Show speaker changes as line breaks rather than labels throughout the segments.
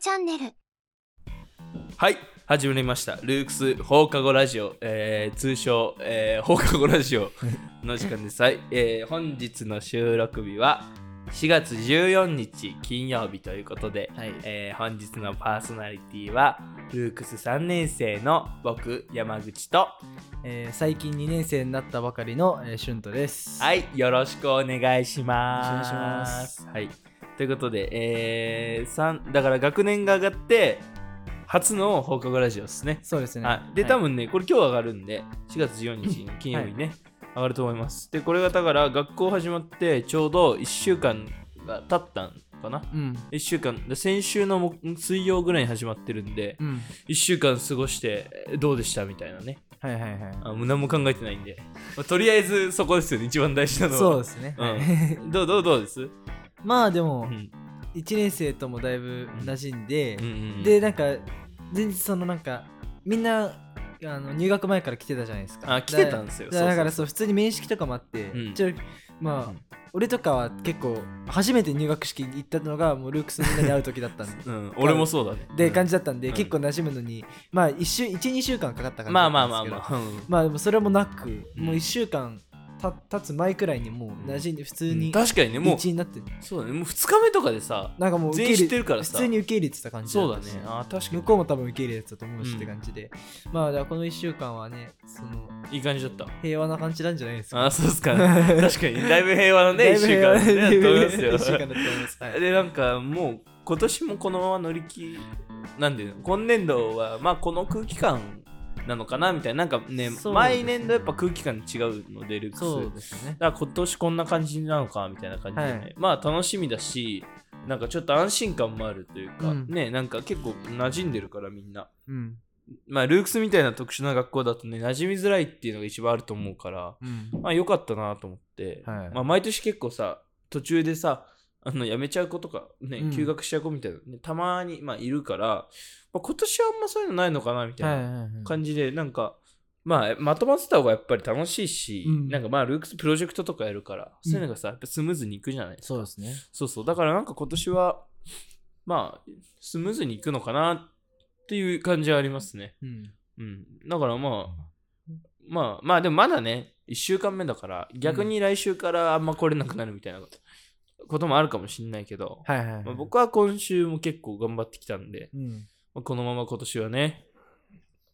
チャンネル
はい始まりましたルークス放課後ラジオ、えー通称、えー放課後ラジオの時間ですはい、えー本日の収録日は4月14日金曜日ということで、
はい
えー本日のパーソナリティはルークス3年生の僕山口と
えー最近2年生になったばかりの、えー、俊斗です。
はいよろしくお願いします
お願いします
はいということで、えー、三だから学年が上がって初の放課後ラジオですね
そうですね。
はい、で、
はい
多分ね、これ今日上がるんで、4月14日に金曜日ね、上がると思います。で、これがだから、学校始まってちょうど1週間が経ったんかな。
うん。
1週間、で先週の木水曜ぐらいに始まってるんで
う、ん。
1週間過ごして、えどうでしたみたいなね。
はいはいはい。
あもう何も考えてないんで、まあとりあえずそこですよね、一番大事なのは。
そうですね。はい
どうどうどうです、うん
まあでも、
うん
1年生ともだいぶ馴染んで、
うん、
で、なんか、全然そのなんか、みんな、あの入学前から来てたじゃないですか。
あ来てたんですよそうそう
だ
そう
だからそう、普通に面識とかもあって、
うん
ちょまあ、俺とかは結構、初めて入学式行ったのが、もうルークスみんなに会う時だったんで。
うん、俺も そうだね。
で
うん
感じだったんで、
うん
結構馴染むのにまあ1週12週間かかった感じ
ま
だ
あ
っ
ま
た
あ
んで
ますあ
けど
まあ。うん
まあでもそれもなく、
うん
もう1週間た経つ前くらいにもう馴染んで普通に
確かにね、もう
一員になって
そうだね、もう2日目とかでさ、
なんかもう受け
全員知
入
って
れ
るから
普
さ。
通に受け入れてた感じ
そうだ
ったし
ね。あー確か
向こうも多分受け入れてたと思うし
うん
って感じで、まあだからこの1週間はねその
に。いい感じだった。
平和な感じなんじゃないですか
あーそう っす か、ね。確かに、だいぶ平和なね、
だい
1
ぶ
週
平和
間だねと思いますよ。
一週間だと思います、は い
で、なんかもう、今年もこのまま乗り切、なんで、今年度は、まあ、この空気感なのかな、みたいな。なんかね、
そうですね
毎年度やっぱ空気感違うので、ルックス。
そうですね
だから今年こんな感じなのかみたいな感じで、ね
はい
まあ楽しみだしなんかちょっと安心感もあるというか、
うん
ねなんか結構馴染んでるからみんな
うん
まあ、ルークスみたいな特殊な学校だとね、馴染みづらいっていうのが一番あると思うから、
うん
まあ、良かったなと思って、
はい
まあ、毎年結構さ、途中でさ、あの、辞めちゃう子とか、ね
うん、
休学しちゃう子みたいな、ね、たまに、まあ、いるから、まあ、今年はあんまそういうのないのかな、みた
はい
い
は
ない
はい
感じで、なんか、まあ、まとまってた方がやっぱり楽しいし、
うん
なんかまあ、ルークスプロジェクトとかやるから、そういうのがさ、やっぱスムーズにいくじゃないですか。
そうですね
そうそう。だからなんか今年は、まあ、スムーズにいくのかなっていう感じはありますね。
うん
うん。だからまあ、まあ、まあでもまだね、1週間目だから、逆に来週からあんま来れなくなるみたいなこと,、もあるかもしんないけど、
はいはいはい、
まあ、僕は今週も結構頑張ってきたんで、
うん
まあこのまま今年はね、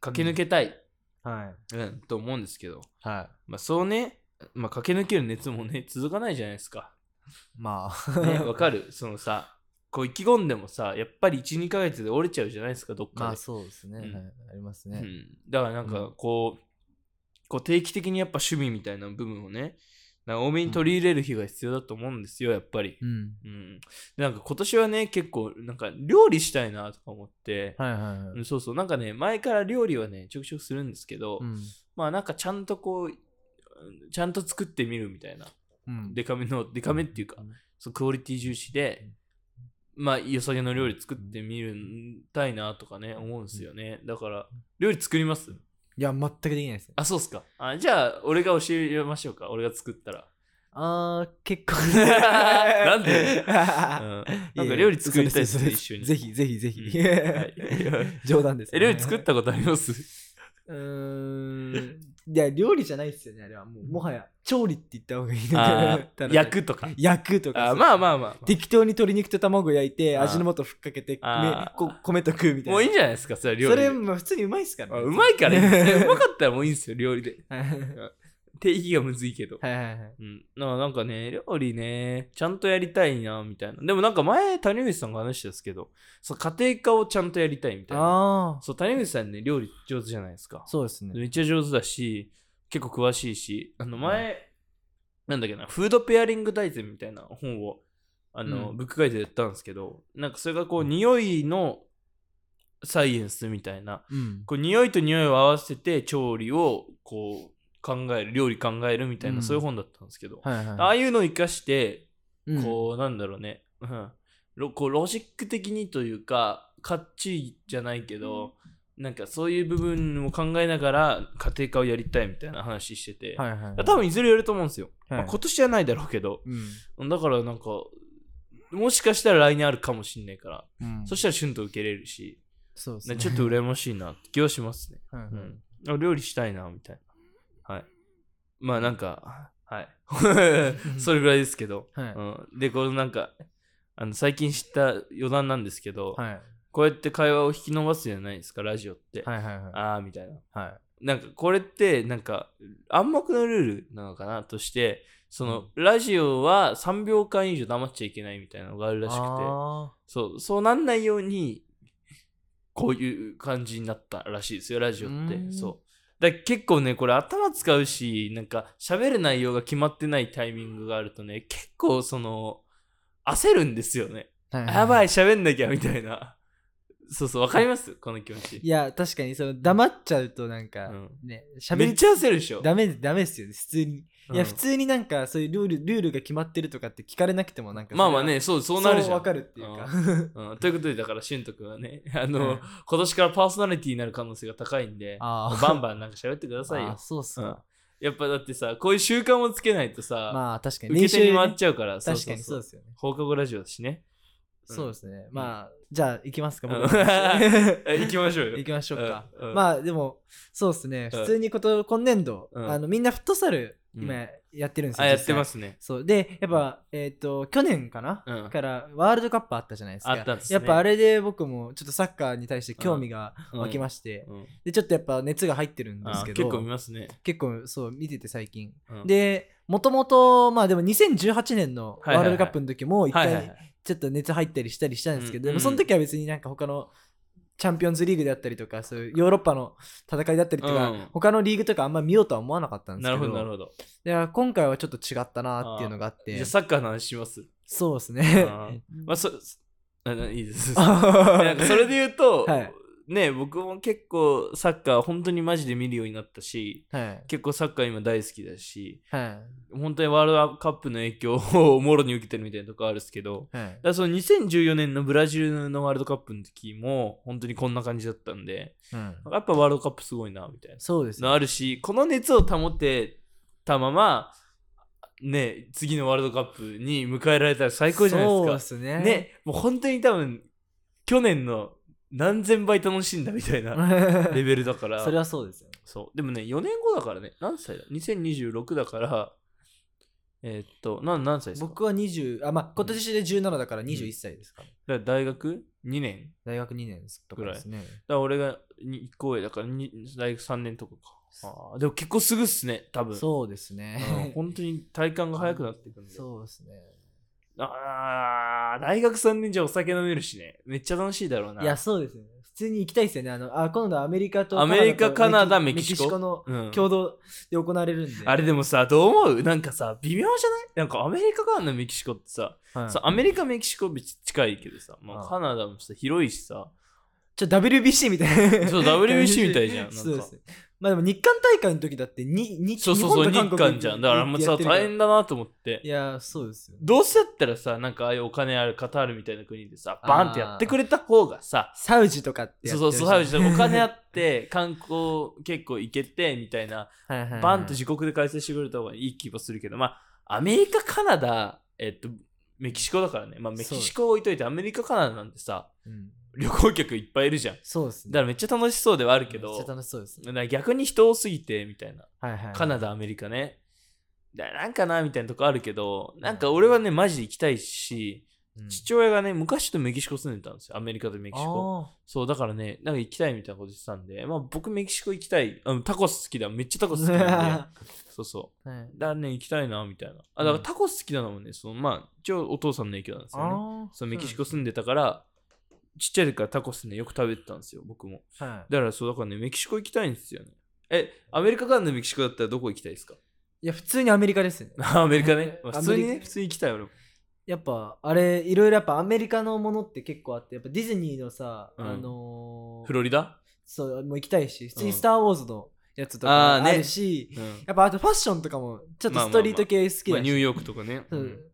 駆け抜けたい、
はい
うんと思うんですけど、
はい
まあそうね、まあ駆け抜ける熱もね、続かないじゃないですか。
ま あ、
ね、わかるそのさ、こう意気込んでもさ、やっぱり1、2ヶ月で折れちゃうじゃないですか、どっか
ま
で
あ。そうですね、
うん
はい、あります
う
ね、
ん、だからなんかこう,、こう定期的にやっぱ趣味みたいな部分をねなんか多めに取り入れる日が必要だと思うんですよやっぱり、
うん、
うん、でなんか今年はね結構なんか料理したいなとか思って、
はいはいはい、
うんそうそうなんかね前から料理はねちょくちょくするんですけど、
うん
まあなんかちゃんとこううんちゃんと作ってみるみたいな
うん、
デカめのデカめっていうかそうクオリティ重視で、まあ、良さげの料理作ってみるたいなとかね、思うんですよね。だから、料理作ります
いや全くできないですね
あ、そうっすか。あじゃあ、俺が教えましょうか。俺が作ったら。
あー結 構
なんで
な
うん なんか料理作りたいですね、一緒に。
ぜひぜひぜひ、
うん はい
冗談です、
え、料理作ったことあります
うーんいや料理じゃないですよねあれはもうもはや調理って言った方がいい
あ
のか
ー
な
焼くとか。
焼くとか
あまあ
あ
まあまあ。
適当に鶏肉と卵焼いて
あー
味の素ふっかけて
あ
ね
ー
こ米と食うみたいな
もういいんじゃないですか、それは料
そ
理
れ
で。
まあ普通にうまいっすから
あ
ね
うまいからいい ですね。うま かったらもういいんですよ、料理で。
はい
定義がむずいけど。
はいはいはい
うん、ななんかね、料理ね、ちゃんとやりたいな、みたいな。でもなんか前、谷口さんが話したんですけど、そう家庭科をちゃんとやりたいみたいな。
ああ
そう、谷口さんね、料理上手じゃないですか。
そうですね
めっちゃ上手だし、結構詳しいし、あの前、なんだっけな、フードペアリング大全みたいな本を、あの、
うん
ブックガイドでやったんですけど、なんかそれがこう、匂いのサイエンスみたいな、
うん
こう匂いと匂いを合わせて調理をこう考える料理考えるみたいな、
うん
そういう本だったんですけど、
はい
あ
は
あいうのを生かして
い
こう、なんだろうね、うん、ロこうロジック的にというかかっちいじゃないけど、なんかそういう部分を考えながら家庭科をやりたいみたいな話してて、
はいはいはい
多分いずれやると思うんですよ、
はい
まあ今年はないだろうけど
うん
だからなんかもしかしたら来年あるかもしんないから、
うん
そしたらシュンと受けれるし、
そうです
ね、
ね。
ちょっと羨ましいなって気はしますね。
うん
うん。あ料理したいな、みたいな。はい。まあなんか、はい。 それぐらいですけど。
はい
うん、で、このなんか、あの最近知った余談なんですけど、
はい
こうやって会話を引き伸ばすじゃないですか、ラジオって。
はいはいはい。
ああ、みたいな。
はい
なんかこれってなんか暗黙のルールなのかなとしてそのラジオは3秒間以上黙っちゃいけないみたいなのがあるらしくて
あ
そうそうなんないようにこういう感じになったらしいですよラジオっ
うー
て
ん
そうだから結構ねこれ頭使うしなんか喋る内容が決まってないタイミングがあるとね結構その焦るんですよね、
ーは
やば
い。
い喋んなきゃみたいな そうそうわかりますこの気持ち
いや、確かに、その、黙っちゃうと、なんか、
うん
ね、
め
喋
っ
り
ちゃ焦るでしょ
ダメ、ダメですよね、普通に。いや、
うん
普通になんか、そういうルール、ルールが決まってるとかって聞かれなくても、なんか、
まあまあね、そう、そ
そうう
な
な
る
る
じゃん。
わかるっていうか。
うん。うんということで、だから、しゅんとくんはね、あの、
うん
今年からパーソナリティになる可能性が高いんで、
あー
バンバンなんか喋ってください
あー、
よ。
そうっす
う
か。
ん。やっぱだってさ、こういう習慣をつけないとさ、
まあ、確かに。
受け手に回っ
練
ちゃうから、
習ね確かにそう
う
ですよね。
放課後ラジオだしね。うん
そうですね。まあ、じゃあ、行きま すか、
うん
僕
え行きましょうよ。
行きましょうか。
うんうん
まあでも、そうですね。
うん
普通にこと今年度、
うん
あのみんなフットサル
う
今やってるんです
あ、や
よ。。
ってますすね。
そうで、やっぱ、えっ、と、去年かな、
うん
からワールドカップあったじゃないですか。
あったんですね
やっぱあれで僕もちょっとサッカーに対して興味が湧きまして、
うん
で、ちょっとやっぱ熱が入ってるん
あ
ですけど、
結構見ますね。
結構そう見てて最近。
うん、
で、もともと、まあでも2018年の
はいはい
ワー
はい
ルドカップの時も一
はいはい
回
はい。
ちょっと熱入ったりしたりしたんですけど、
うん
でもその時は別になんか他のチャンピオンズリーグであったりとか、そういうヨーロッパの戦いだったりとか、
うん
他のリーグとかあんま見ようとは思わなかったんです
なる
けど、
ほど、なるほど。
いや今回はちょっと違ったなっていうのがあっ
じ
て
ゃあ、、サッカーの話します。
そうですね。
まあ、そ、あないいです。なんか
あ
それで言うと、
はい
ね僕も結構サッカー本当にマジで見るようになったし
はい。
結構サッカー今大好きだし
は
本当にワールドカップの影響をもろに受けてるみたいなとこあるんですけど
い。はい
だか。らその2014年のブラジルのワールドカップの時も本当にこんな感じだったんで
うん
やっぱワールドカップすごいなみたいな
そうですね
の。あるしこの熱を保てたままね次のワールドカップに迎えられたら最高じゃないです
そう
か
で。すね。
ね、もう本当に多分去年の何千倍楽しんだみたい なレベルだから
それはそうですよね。
そうでもね4年後だからね何歳だ2026だからえーっとな何歳ですか
僕は20、あ、まあ今年で17だから21歳ですから、
だから大学2年
大学2年ですとかですね。
だから俺が1校へだからに大学3年とかかあーでも結構すぐっすね多分
そうです
うん
ね。
本当に体感が速くなっていくんで
そうですね。
あー大学3年じゃお酒飲めるしねめっちゃ楽しいだろうない
や、そうですね。普通に行きたいですよね。あの、あ、今度はアメリカと
アメリカ
と
カナダメキシコ
の
うん
共同で行われるんで。
あれでもさ、どう思うなんかさ、微妙じゃないなんかアメリカからのメキシコってさ、
はい
さアメリカ、メキシコ別に近いけどさ、まあ、
うん
カナダもさ、広いしさ、
ちょ、WBC みたいな。
そう WBC みたいじゃんなん か
そうですね。まあでも日韓大会の時だって、に、に、
そうそうそう、
日本
日
と
韓じゃん。だからもう
や
さ、
ってるから
大変だなと思っ
い
て。
や、そうですよね。
どうせだったらさ、なんかああいうお金あるカタールみたいな国でさ、バンってやってくれた方がさ、
サウジとかってや
そ
っ
う
て
そう、
る
そう
じ
じゃんお金あって、観光結構行けて、みたいな、
ゃんはいはいはい
バンと自国で開催してくれた方がいい気もするけど、まあ、アメリカ、カナダ、えっと、メキシコだからね。まあ、メキシコ置いといて、アメリカ、カナダなんてさ、
うん
旅行客いっぱいいるじゃん。だ
そうですね。
からめっちゃ楽しそうではあるけ
めっちゃ
ど、
楽しそうですね。
だから逆に人多すぎてみたいな。
はいはい。
カナダ、アメリカね。だからなんかなみたいなとこあるけど、なんか俺はね、マジで行きたいし、
うん、
父親がね、昔とメキシコ住んでたんですよ。アメリカとメキシコ。
あ
そう、だからね、なんか行きたいみたいなこと言ってたんで、まあ僕メキシコ行きたい。あのタコス好きだ。めっちゃタコス好きなん で。
ー
そうそう。
はい
だからね、行きたいな、みたいな。あ、だからタコス好きなのもね、その、まあ、一応お父さんの影響なんですよね。
あー。
そう、メキシコ住んでたから、ちっちゃい時からタコスね、よく食べてたんですよ、僕も。
うん。はい
だからそう、だからね、メキシコ行きたいんですよね。え、アメリカからのメキシコだったらどこ行きたいですか
いや、普通にアメリカですね。
アメリカね。まあ普通に
アメ
ね、
リカ
普通に行きたい、俺も。
やっぱあれいろいろやっぱアメリカのものって結構あってやっぱディズニーのさ、
うん
あのー
フロリダ
そうもう行きたいし普通
うん
に「スター・ウォーズ」のやつと
あー
か
ね
あるし、
うん。
やっぱあとファッションとかもちょっとストリート系好き
まあ、
だ
ニ
し、
ューヨークとかね。
そう
うん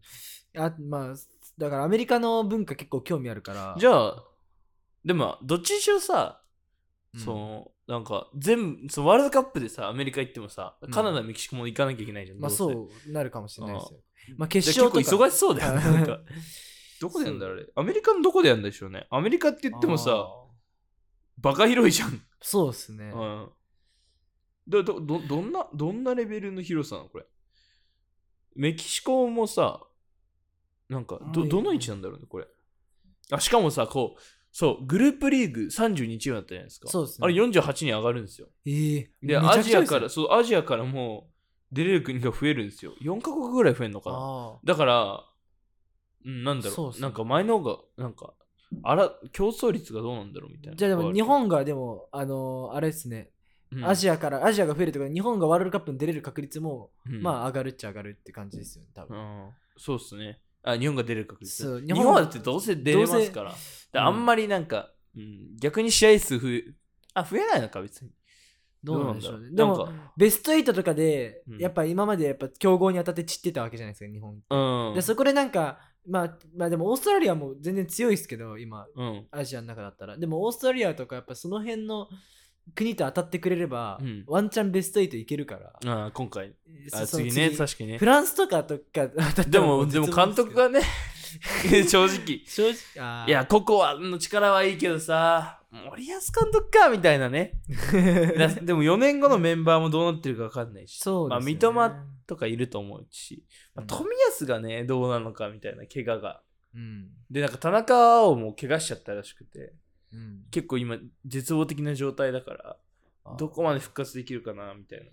あまあだからアメリカの文化結構興味あるから
じゃあ、でも、どっちにしろさ、
うん
その、なんか、全部、そのワールドカップでさ、アメリカ行ってもさ、カナダ、メキシコも行かなきゃいけないじゃん。
まあ
どせ
そうなるかもしれないですよまあ
じ
決
ゃあ
勝
結
とか
構忙しそうだよね。
うん
なんかどこでやんだろうあれアメリカのどこでやんだでしょうねアメリカって言ってもさ
あー
バカ広いじゃん、
そうですね、
うんどどどどんなどんなレベルの広さなのこれメキシコもさなんかどどの位置なんだろうねこれあしかもさこうそうグループリーグ32チームだったじゃないですか
そうですね
あれ48に上がるんですよ
えー、
で、
めち
ア
ゃく
ジ
ちゃ
ア
ですね
から、そう、アジアからもう出れる国が増えるんですよ。4カ国ぐらい増えるのかな。
あ
だから、うん、なんだろ
そう
う
っすね
なんか前の方が、なんか、あら、競争率がどうなんだろうみたい
ー
な。
じゃあでも日、本がでもあのーあれですね、ア
ア、
ジアからアジアが増えるとか日本がワールドカップに出れる確率も、
うん
まあ上がるっちゃ上がるって感じですよね多
う
分、
ん、そうっすね。あ、日本が出れる確率。
そう
日
日
本
本
はだってどうせ出れますから。だからあんまりなんか、うん、逆に試合数増え、あ、増えないのか、別に。
どうなんでしょうね
ど
で
う
も
なんだろう
ベスト8とかで、
うん
やっぱ今までやっぱ強豪に当たって散ってたわけじゃないですか日本、
なんか、うん。
でそこでなんかまあまあでもオーストラリアも全然強いですけど今
うん。
アジアの中だったらでもオーストラリアとかやっぱその辺の国と当たってくれれば、
うん
ワンチャンベスト8いけるから、
あー今回。あ、
そ
次ね、確かにね
フ。ランスとかとか 当たったら
でも、
う
で
絶
も
望
監督がね、 正直。
正直あー
いや、ココアの力はいいけどさ、森保監督か、みたいなね。 だでも4年後のメンバーもどうなってるか分かんないし、
そうですよね
まあ、三笘とかいると思うし、まあ、
う
冨
ん
安がね、どうなのかみたいな、怪我が。
うん
で、なんか田中碧も怪我しちゃったらしくて、
うん
結構今、絶望的な状態だから、
あー
どこまで復活できるかな、みたいな。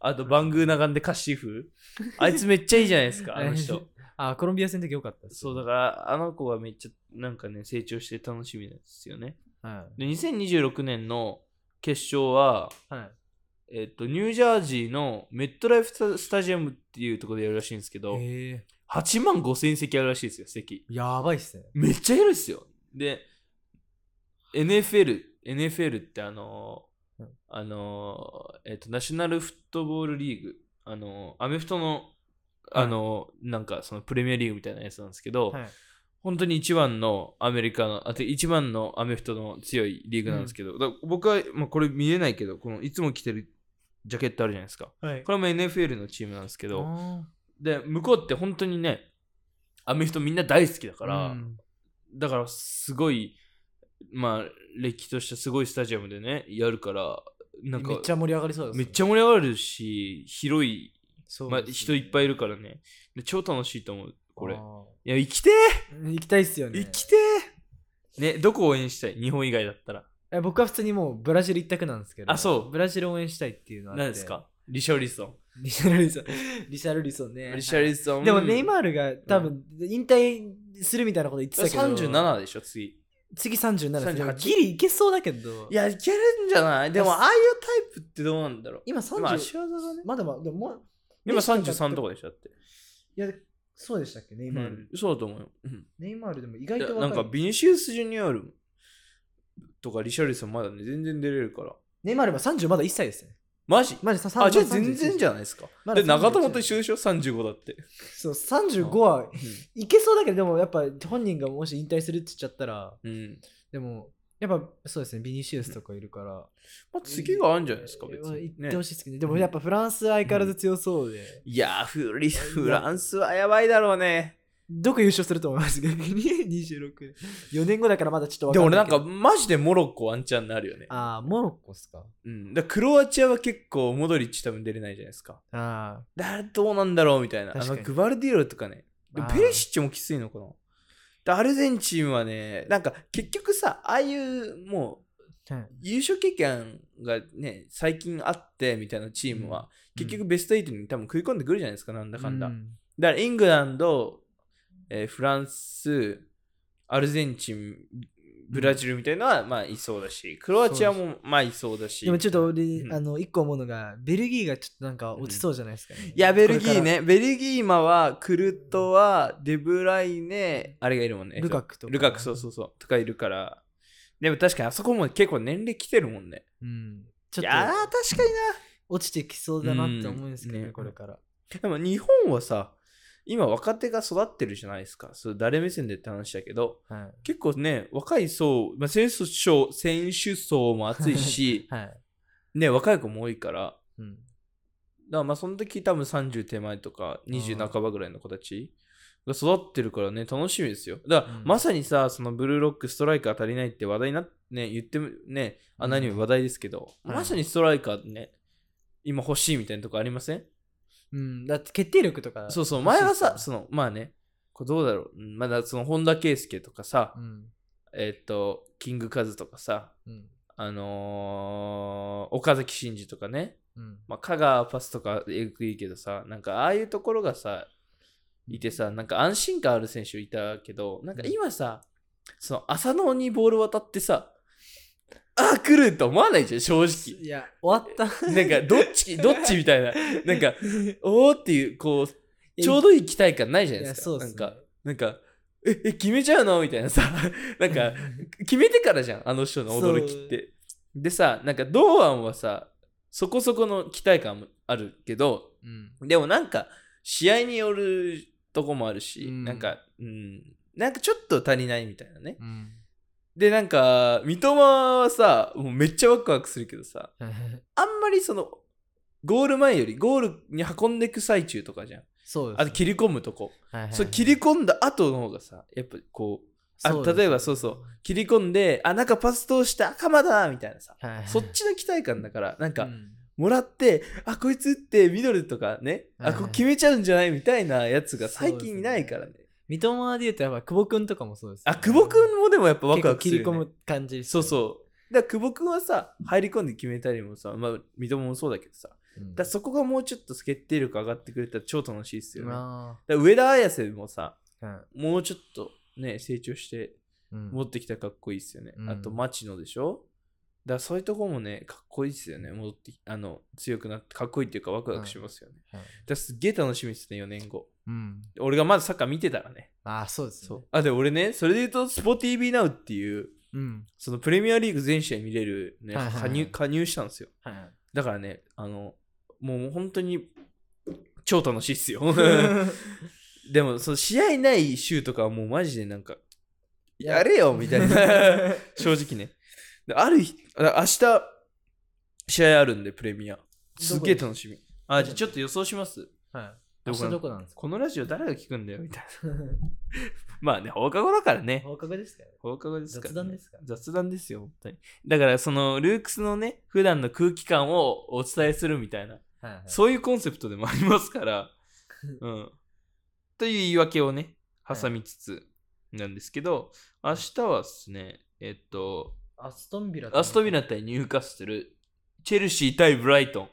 あと、バングーナガンでカッシーフ。あいつめっちゃいいじゃないですか、あの 人。
あーコロンビア戦の時よかったです
そうだからあの子がめっちゃなんかね成長して楽しみなんですよね
は
で2026年の決勝は、
いはい
えっと、ニュージャージーのメットライフスタスタジアムっていうところでやるらしいんですけど、
え
8万5千席あるらしいですよ席
ー、やばいっすね
めっちゃ広いですよで NFL NFL ってあのー
うん
あのーえっとナショナルフットボールリーグあのーアメフトのあのーなんかそのプレミアリーグみたいなやつなんですけど、
はい
本当に一番のアメリカの、あと一番のアメフトの強いリーグなんですけど、だから僕は、まあ、これ見えないけど、このいつも着てるジャケットあるじゃないですか。
はい
これも NFL のチームなんですけど、
あ
で、向こうって本当にね、アメフトみんな大好きだ
ー
から、
うん
だからすごい、まあ、歴史としたすごいスタジアムでね、やるから、なんか、
めっちゃ盛り上がりそうです、
め
ね、
っちゃ盛り上がるし、広い、
そう
まあ、
ですね
人いっぱいいるからね、で超楽しいと思う、これ。
あ
い
ー
や、生きてー
うん行きたいっすよね
行きてーね、どこ応援したい日本以外だったら。
え僕は普通にもうブラジル一択なんですけど
あそう
ブラジル応援したいっていうのは
何ですかリシャルリソン。
リシャルリソンリシャルリソンね
リシャルリソン。
でもネイマールが多分引退するみたいなこと言ってたけど、
37でしょ、次。
次37です
38
ギリいけそうだけど
いや、いけるんじゃないでも、あ
あ
あいうタイプってどうなんだろう
今
まあ
30
足技がね
まだまだでももう
今
メッシとか
33とかでしょだって。
いやそうでしたっけネイマール、
うんそうだと思うよ。うん
ネイマールでも意外
いや
と
なん
若
か、
い
ビニシウス・ジュニアールとかリシャルリソンまだね、全然出れるから。
ネイマールは30まだ1歳ですね
マジ
マジさ
あ、じゃあ全然じゃないですか。
まだ
で、
31
長友と一緒でしょ ?35 だって。
そう35は
う
いけそうだけどでもやっぱ本人がもし引退するって言っちゃったら
んうん。
でもやっぱそうですねビニシウスとかいるから、
まあ、次があるんじゃないですか、別
まあ
に。
行ってほしいですけど、で
う
も
ん
やっぱフランスは相変わらず強そうで、
いやーフリ、フランスはやばいだろうね。
どこ優勝すると思います逆 に26年4年後だからまだちょっとわ
でも俺な
な
いん
けど
か、マジでモロッコワンチャンになるよね。
ああモロッコっすか
うん。だからクロアチアは結構、モドリッチ多分出れないじゃないですか。
ああ
だからどうなんだろうみたいな。あ
確か
の、
に
グバルディオルとかね。でも
あー
ペリシッチもきついのかな。でアルゼンチンはね、なんか結局さ、ああいうも
はいう
優勝経験がね、最近あってみたいなチームは、結局ベスト8に多分食い込んでくるじゃないですか、なんだかんだ。
うん
だからイングランド、えーフランス、アルゼンチン、ブラジルみたいなのはまあいそうだし、クロアチアもまあいそうだし。
でもちょっと俺、
うん
あの一個思うのがベルギーがちょっとなんか落ちそうじゃないですか、
い
ね
や、ベルギ
こ
ー
れか
ね。ベルギー今は、クルトワ、デブライネ、あれがいるもんね。
ルカクとか
ルカク、そうそうそう。とかいるから。でも確かにあそこも結構年齢来てるもんね。
らうんち
い
ょっ
やー、
と
確かに
落ちてきそうだなって思うんですけどね、
うんね
これから
な。でも日本はさ、今若手が育ってるじゃないですか。そう誰目線でって話だけど、
はい、
結構ね、若い層、まあ、選手層選手層も厚いし
はい、
ね、若い子も多いから、
うん、
だからまあその時多分30手前とか20半ばぐらいの子たちが育ってるからね、楽しみですよ。だから、
うん
まさにさ、そのブルーロックストライカー足りないって話題になって、ね、言ってもね、あ、
うん
何も話題ですけど、
はい
まさにストライカーね、今欲しいみたいなとこありません
うん、だって決定力とか
そうそう、前はさ、
欲しいっす
その、まあね、これどうだろう、うんまだその本田圭佑とかさ、
よねうん
えっと、キングカズとかさ、
うん
あのー岡崎慎司とかね、
うん
まあ、香川パスとかえぐいけどさ、なんかああいうところがさ、いてさ、なんか安心感ある選手いたけど、なんか今さ、その浅野にボール渡ってさ、ああ、来ると思わないじゃん、正直。
いや終わった
なんかどっ ち、どっ ちみたいな、なんか、おーっていう、こう、ちょうどいい期待感ないじゃない
い
で
や
すか。
そうっ
な
す
ん
ね
か、なんか、え、え、決めちゃうのみたいなさ、 なんか、決めてからじゃんあの人の驚きってでさなんか堂安はさそこそこの期待感もあるけど
うん
でもなんか試合によるとこもあるし、
うん
なんかうんなんかちょっと足りないみたいなね
うん
でなんか三笘はさもうめっちゃワクワクするけどさあんまりそのゴール前よりゴールに運んでいく最中とかじゃん
そうです
あと切り込むとこ、
はいはいはい
そう切り込んだ後の方がさやっぱこうあ
そうです
例えばそうそう切り込んであなんかパス通してあ鎌田みたいなさ
はいはい
そっちの期待感だからなん
う
か
ん
もらって、あこいつ打ってミドルとかねあ
はい
こう決めちゃうんじゃないみたいなやつが最
そうです
近
ね
いないからね
三笘で言うとやっぱ久保君とかもそうですよ
あ
ね
久保君もでもやっぱワクワクする、ね、
結構切り込む感じ
そうそうだから久保君はさ入り込んで決めたりもさ、まあ、三笘もそうだけどさだか
うん、
らそこがもうちょっと決定力上がってくれたら超楽しいですよねだか
ま
ら上田綺世もさ
あ
もうちょっとね成長して
うん
持ってきたらかっこいいっすよね。
うん
あと、町野でしょだからそういうとこもね、かっこいいっすよね。戻ってきあの、強くなって、かっこいいっていうか、ワクワクしますよね。
はい
だからすっげえ楽しみっすね、4年後。
うん
俺がまだサッカー見てたらね。
ああそうですね
そう。あ、で、俺ね、それで言うと、スポ TV Now っていう、
うん
そのプレミアリーグ全試合見れる、ね、
はいはいはい
加入、加入したんですよ。
はいはい
だからね、あの、もう本当に、超楽しいっ すよ。でも、その試合ない週とかはもうマジでなんか、やれよみ たいな。正直ね。である日、あ明日、試合あるんで、プレミア。すっげえ楽しみ。あ、じゃあちょっと予想します。
はい
ど
明
こ
日どこなんですか
このラジオ誰が聞くんだよみたいな。まあね、放課後だからね。
放課後ですから
放課後ですから、ね。
雑談ですから
雑談ですよ、本当に。だから、その、ルークスのね、普段の空気感をお伝えするみたいな、
はいはい
そういうコンセプトでもあります から、うん。という言い訳をね、挟みつつなんですけど、明日はですね、えっと、
アストンビラ
アストンビラ対ニューカッスル、チェルシー対ブライトン、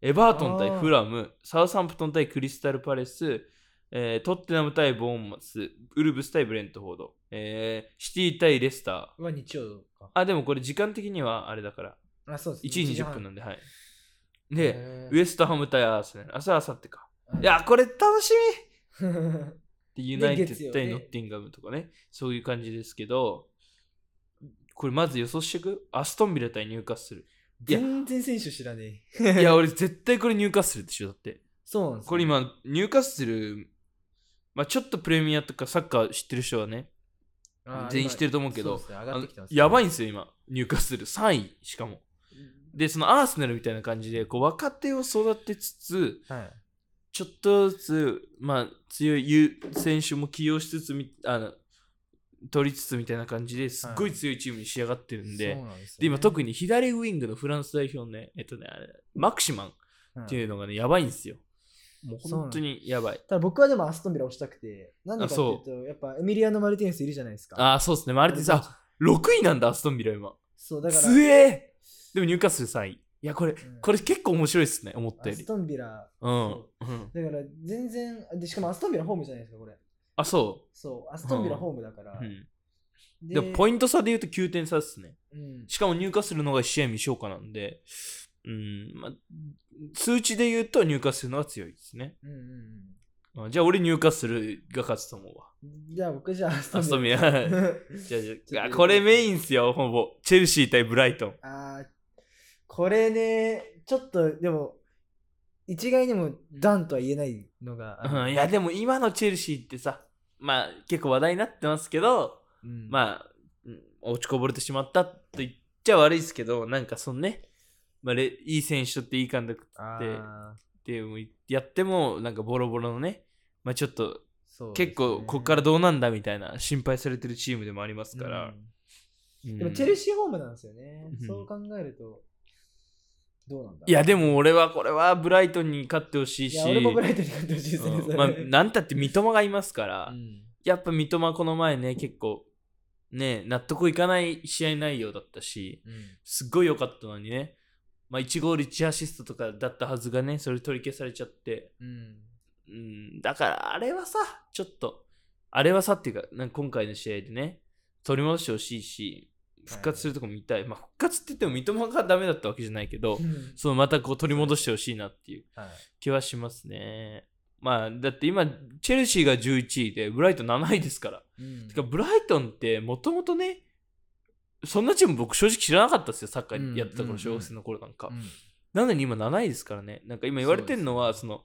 エバートン対
あー
フラム、サウサンプトン対クリスタルパレス、えートッテナム対ボーンマス、ウルブス対ブレントフォード、えーシティ対レスター。
は日曜か
あ、でもこれ時間的にはあれだから、
あそうです
1時20分なんんで、はい。で、
で
ウエストハム対アーセナル、明日は明後日か。
はい
いや、これ楽しみ
は
でユナイテ
月
ッ
曜
ド
ね
対ノッティンガムとかね、そういう感じですけど、これまず予想していくアストンビラ対ニューカッスル。いや
全然選手知らねえ
いや、俺絶対これ入荷するでしょ、だって。
そうなんですね
これ今、入荷する、まあちょっとプレミアとかサッカー知ってる人はね、
あー
全員してると思うけど
そうですね上がってきてます
やばいんですよ、今。入荷する。3位、しかも。で、そのアーセナルみたいな感じで、こう、若手を育てつつ、
はい
ちょっとずつ、まあ強いゆ選手も起用しつつみ、あの、取りつつみたいな感じですっごい強いチームに仕上がってるんで、
そうなんですよね
で、今特に左ウィングのフランス代表ね、えっとね、あれマクシマン。
はい
っていうのがね、やばいんですよ。もう
そうなん
本当にやばい。
ただ僕はでもアストンビラ押したくて、なんでかっていうと、やっぱエミリアノ・マルティネスいるじゃないですか。
ああ、そうですね。まあ、あれってさ、6位なんだ、アストンビラ今。
そう、だから、
強えでも入荷する3位。いや、これ、
ん
これ結構面白いっすね、思った
ア
よ
ス
り。
トンビラ、
うん
そ。
うん
だから全然、でしかもアストンビラホームじゃないですか、これ。
あ、そ
そう、アストンビラホームだから。
う。うん。
で
でも、ポイント差で言うと9点差っすね。
うん
しかも入荷するのが1試合未消化なんで、うん、まあ、数値で言うと入荷するのが強いですね。
うんうん
あじゃあ、俺入荷するが勝つと思うわ。
うん。じゃあ僕じゃあアスト
ア
ン
ストン
ビ
ビラ。
ラ。
じゃあじゃああ、これメインっすよ、ほぼ。チェルシー対ブライトン。
あーこれね、ちょっとでも、一概にもダンとは言えないのがある。
うん、いやでも今のチェルシーってさまあ結構話題になってますけど、
うん
まあうん落ちこぼれてしまったと言っちゃ悪いですけどなんかそのね、まあ、レいい選手とっていい監督
あ
で
ー
ってやってもなんかボロボロのね、まあ、ちょっと
そうですね
結構ここからどうなんだみたいな心配されてるチームでもありますから、
うんで
う
も
ん
チェルシーホームなんですよね
う。ん
そう考えると、どうなんだ
いやでも俺はこれはブライトンに勝ってほしい
い
し
や俺もブライトンに勝ってほしいですね。
う
そ
ん
れ
まあ、なんたって三笘がいますから、
うん
やっぱ三笘この前ね結構ね納得いかない試合内容だったし
うん
すっごい良かったのにね、まあ、1ゴール1アシストとかだったはずがねそれ取り消されちゃって、
うん
うん、だからあれはさちょっとあれはさっていうかなんか今回の試合でね取り戻してほしいし復活するとこ見たい、まあ、復活って言っても三笘がダメだったわけじゃないけど
うん
そのまたこう取り戻してほしいなっていう
はい
気はしますね。まあ、だって今、チェルシーが11位で、ブライトン7位ですから。
うん
てか、ブライトンって、もともとね、そんなチーム僕正直知らなかったですよ、サッカーやってた
うんう
頃、
んうん
小学生の頃なんか
う。ん
なのに今7位ですからね。なんか今言われてるのは、
そ
その、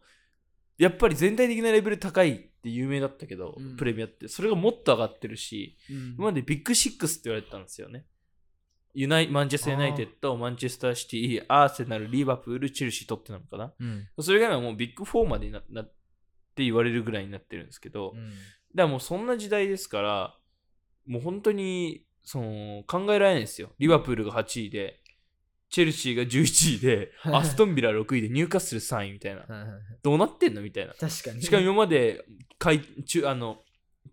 やっぱり全体的なレベル高いって有名だったけど、
うん
プレミアって、それがもっと上がってるし、
うん
今までビッグシックスって言われてたんですよね。ユナイマンチェスター・ユナイテッド、マンチェスター・シティ、アーセナル、リバプール、チェルシー取ってなのかな。
うん
それが今もうビッグ4までななって言われるぐらいになってるんですけど、だからもうそんな時代ですから、もう本当にその考えられないですよ。リバプールが8位で、チェルシーが11位で、
はい
アストンビラ6位で、ニューカッスル3位みたいな。
はいはいはい
どうなってんのみたいな。
確かに。
しかも今まで下位中あの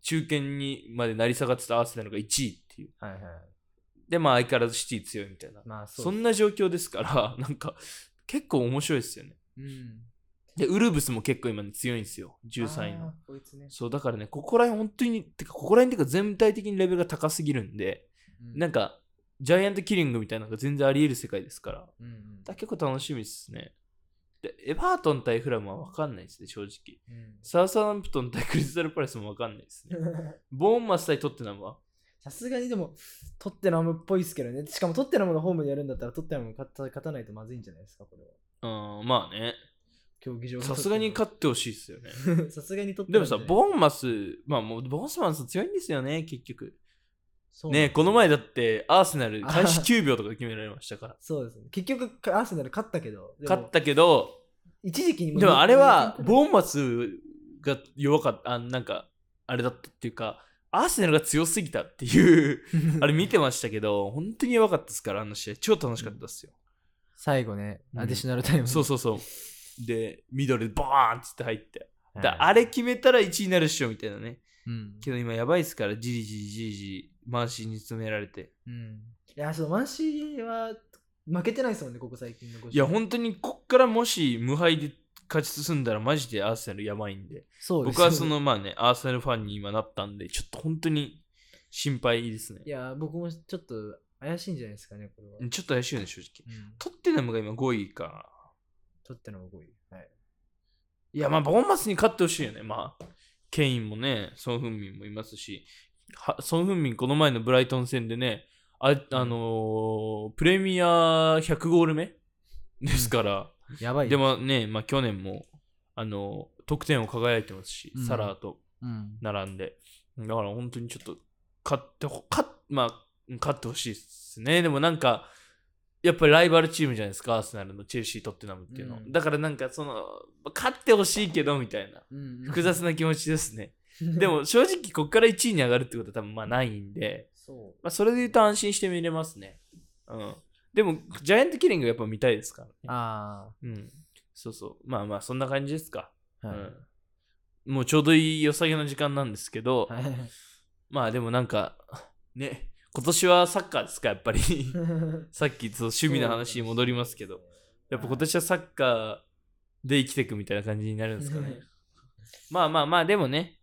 中堅にまで成り下がってたアーセナルが1位っていう。
はいはい
で、まあ相変わらずシティ強いみたいな。
まあ
そ
そうで
んな状況ですから、なんか結構面白いですよね。
すうん
で、ウルブスも結構今ね強いんですよ。13位
あ
の。
ーこいつね。
そう、だからね、ここら辺本当に、てか、ここら辺っていうか全体的にレベルが高すぎるんで、なん
か、
か、ジャイアントキリングみたいなのが全然あり得る世界ですから、だか
うんうん
ら結構楽しみですね。で、エバートン対フラムは分かんないですね、正直。
うん
サウサンプトン対クリスタルパレスも分かんないですね。 ボーンマス対トッテナムは
さすがにでも、トッテナムっぽいですけどね。しかもトッテナムがホームでやるんだったら、トッテナム勝た勝たないとまずいんじゃないですか、これは。
うん、まあね。
競技場が
さすがに勝ってほしいですよね。
さすがにトッテ
でも
ナムじゃ
さ、
ない。
ボーンマス、まあもう、ボーンスマンス強いんですよね、結局。
そうなんです
ね
よ
この前だってアーセナル開始9秒とかで決められましたから
そうですね。結局、かアーセナル勝ったけど、でも
勝ったけど
一時期に
でもあれは
うん
ボーンマスが弱かったあなんかあれだったっていうかアーセナルが強すぎたっていう あれ見てましたけど本当に弱かったですからあの試合超楽しかったですよ、
最後ね、
うん
アディショナルタイム。
そうそうそうでミドルでボーンっつって入って
はい
だあれ決めたら1位になるっしょみたいなね
うん
けど今やばいですからじりじりじりじり満身に詰められて
うんいや、そう、マンシーは負けてないですもんね、ここ最近の
いや
ん
本当にこっからもし無敗で勝ち進んだらマジでアーセナルやばいんで
そうです
僕はそ、のまあねアーセナルファンに今なったんでちょっと本当に心配ですね
いや、僕もちょっと怪しいんじゃないですかね、これは。
ちょっと怪しいよね正直
うん
トッテナムが今5位か
取っての5位。はい。
いやまあボーンマスに勝ってほしいよねまあケインもねソン・フンミンもいますしはソン・フンミンこの前のブライトン戦でねあ、あのープレミア100ゴール目ですから、
やばい。
で、もね、まあ、去年も、あの、得点を輝いてますし、
うん
サラーと
うん。
並んで、だから本当にちょっと、勝ってほ、勝っまあ、うん勝ってほしいですね。でもなんか、やっぱりライバルチームじゃないですか、アーセナルのチェルシー・トッテナムっていうのは。
うん
だからなんか、その、勝ってほしいけど、みたいな、
うん、
複 雑な気持ちですね。
で
で、も、正直、ここから1位に上がるってことは多分、まあ、ないんで、
そ
まあ、それで言うと安心して見れますね。うん。でも、ジャイアントキリングやっぱ見たいですからね。
う。あ
うん。そうそう。まあまあ、そんな感じですか。
あ。はい。
うん、もうちょうどいい良さげの時間なんですけど、まあでもなんか、ね、今年はサッカーですか、やっぱり。 さっき、そう趣味の話に戻りますけど、やっぱ今年はサッカーで生きていくみたいな感じになるんですかね。まあまあまあ、でもね、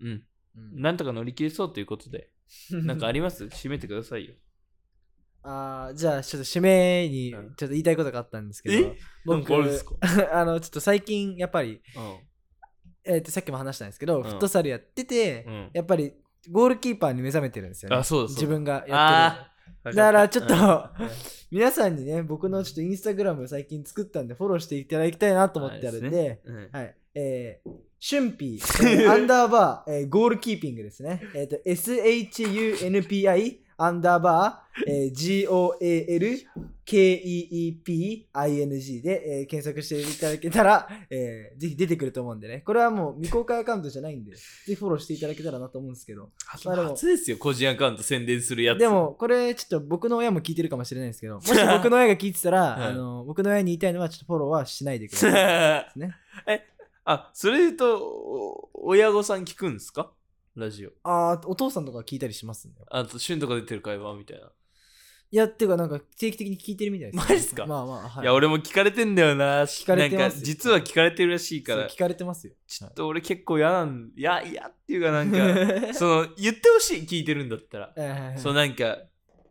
うん、
な
なんとか乗り切れそうということで、なんかあります締めてくださいよ。
あーじゃあちょっと締めにちょ
う
っ
ん
と言いたいことがあったんですけど
えなん
僕
かあるんですか
あのちょっと最近やっぱり、
う
えーとさっきも話したんですけど、
ん
フットサルやってて、
ん。うん
やっぱりゴールキーパーに目覚めてるんですよね
あそうだそうだ
自分がやってる
ああ
だからちょっと
うんうん
皆さんにね僕のちょっとインスタグラム最近作ったんでフォローしていただきたいなと思ってあるん
あれ
で
うん
はい。えー、シュンピ ー、えーアンダーバー、えーゴールキーピングですね。えっ、と、SHUNPI、アンダーバー、えー、GOALKEEPING で、えー検索していただけたら、えーぜひ出てくると思うんでね。これはもう未公開アカウントじゃないんで、ぜひフォローしていただけたらなと思うんですけど。まあでも
初ですよ、個人アカウント宣伝するやつ。
でも、これちょっと僕の親も聞いてるかもしれないで すけど、もし僕の親が聞いてたら、
はい
あの僕の親に言いたいのはちょっとフォローはしないでくださ
え、
い。ね
あ、それで言うと、お親御さん聞くんですかラジオ。
あーお父さんとか聞いたりしますね。
あと、旬とか出てる会話みたいな。
いや、っていうか、なんか定期的に聞いてるみたいで
マ
す、
ジっすか、
まあまあ、はいい。
や、俺も聞かれてんだよな。
聞かれてますよ
なんか、実は聞かれてるらしいから。
そう聞かれてますよ。
ちょっ
は
と俺結構嫌なんいや嫌っていうか なんか
い
その言ってほしい聞いてるんだったら
はいはいはい
そうなんか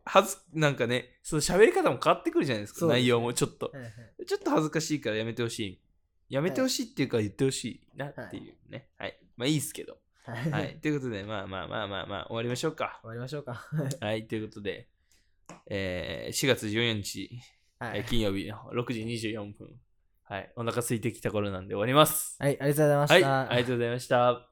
はずなんかねその喋り方も変わってくるじゃないですか
そうですね
内容もちょっと
はいはい
ちょっと恥ずかしいからやめてほしいやめてほしいっていうか言ってほしいなっていうねはい、まあいいですけど
はい
はいということでまあまあまあまあまあ終わりましょうか
終わりましょうか。
はいということでえー4月14日、
は
えー
い。
金曜日の6時24分はいお腹空いてきた頃なんで終わります
はい、ありがとうございま
は
し
い
た。
ありがとうございました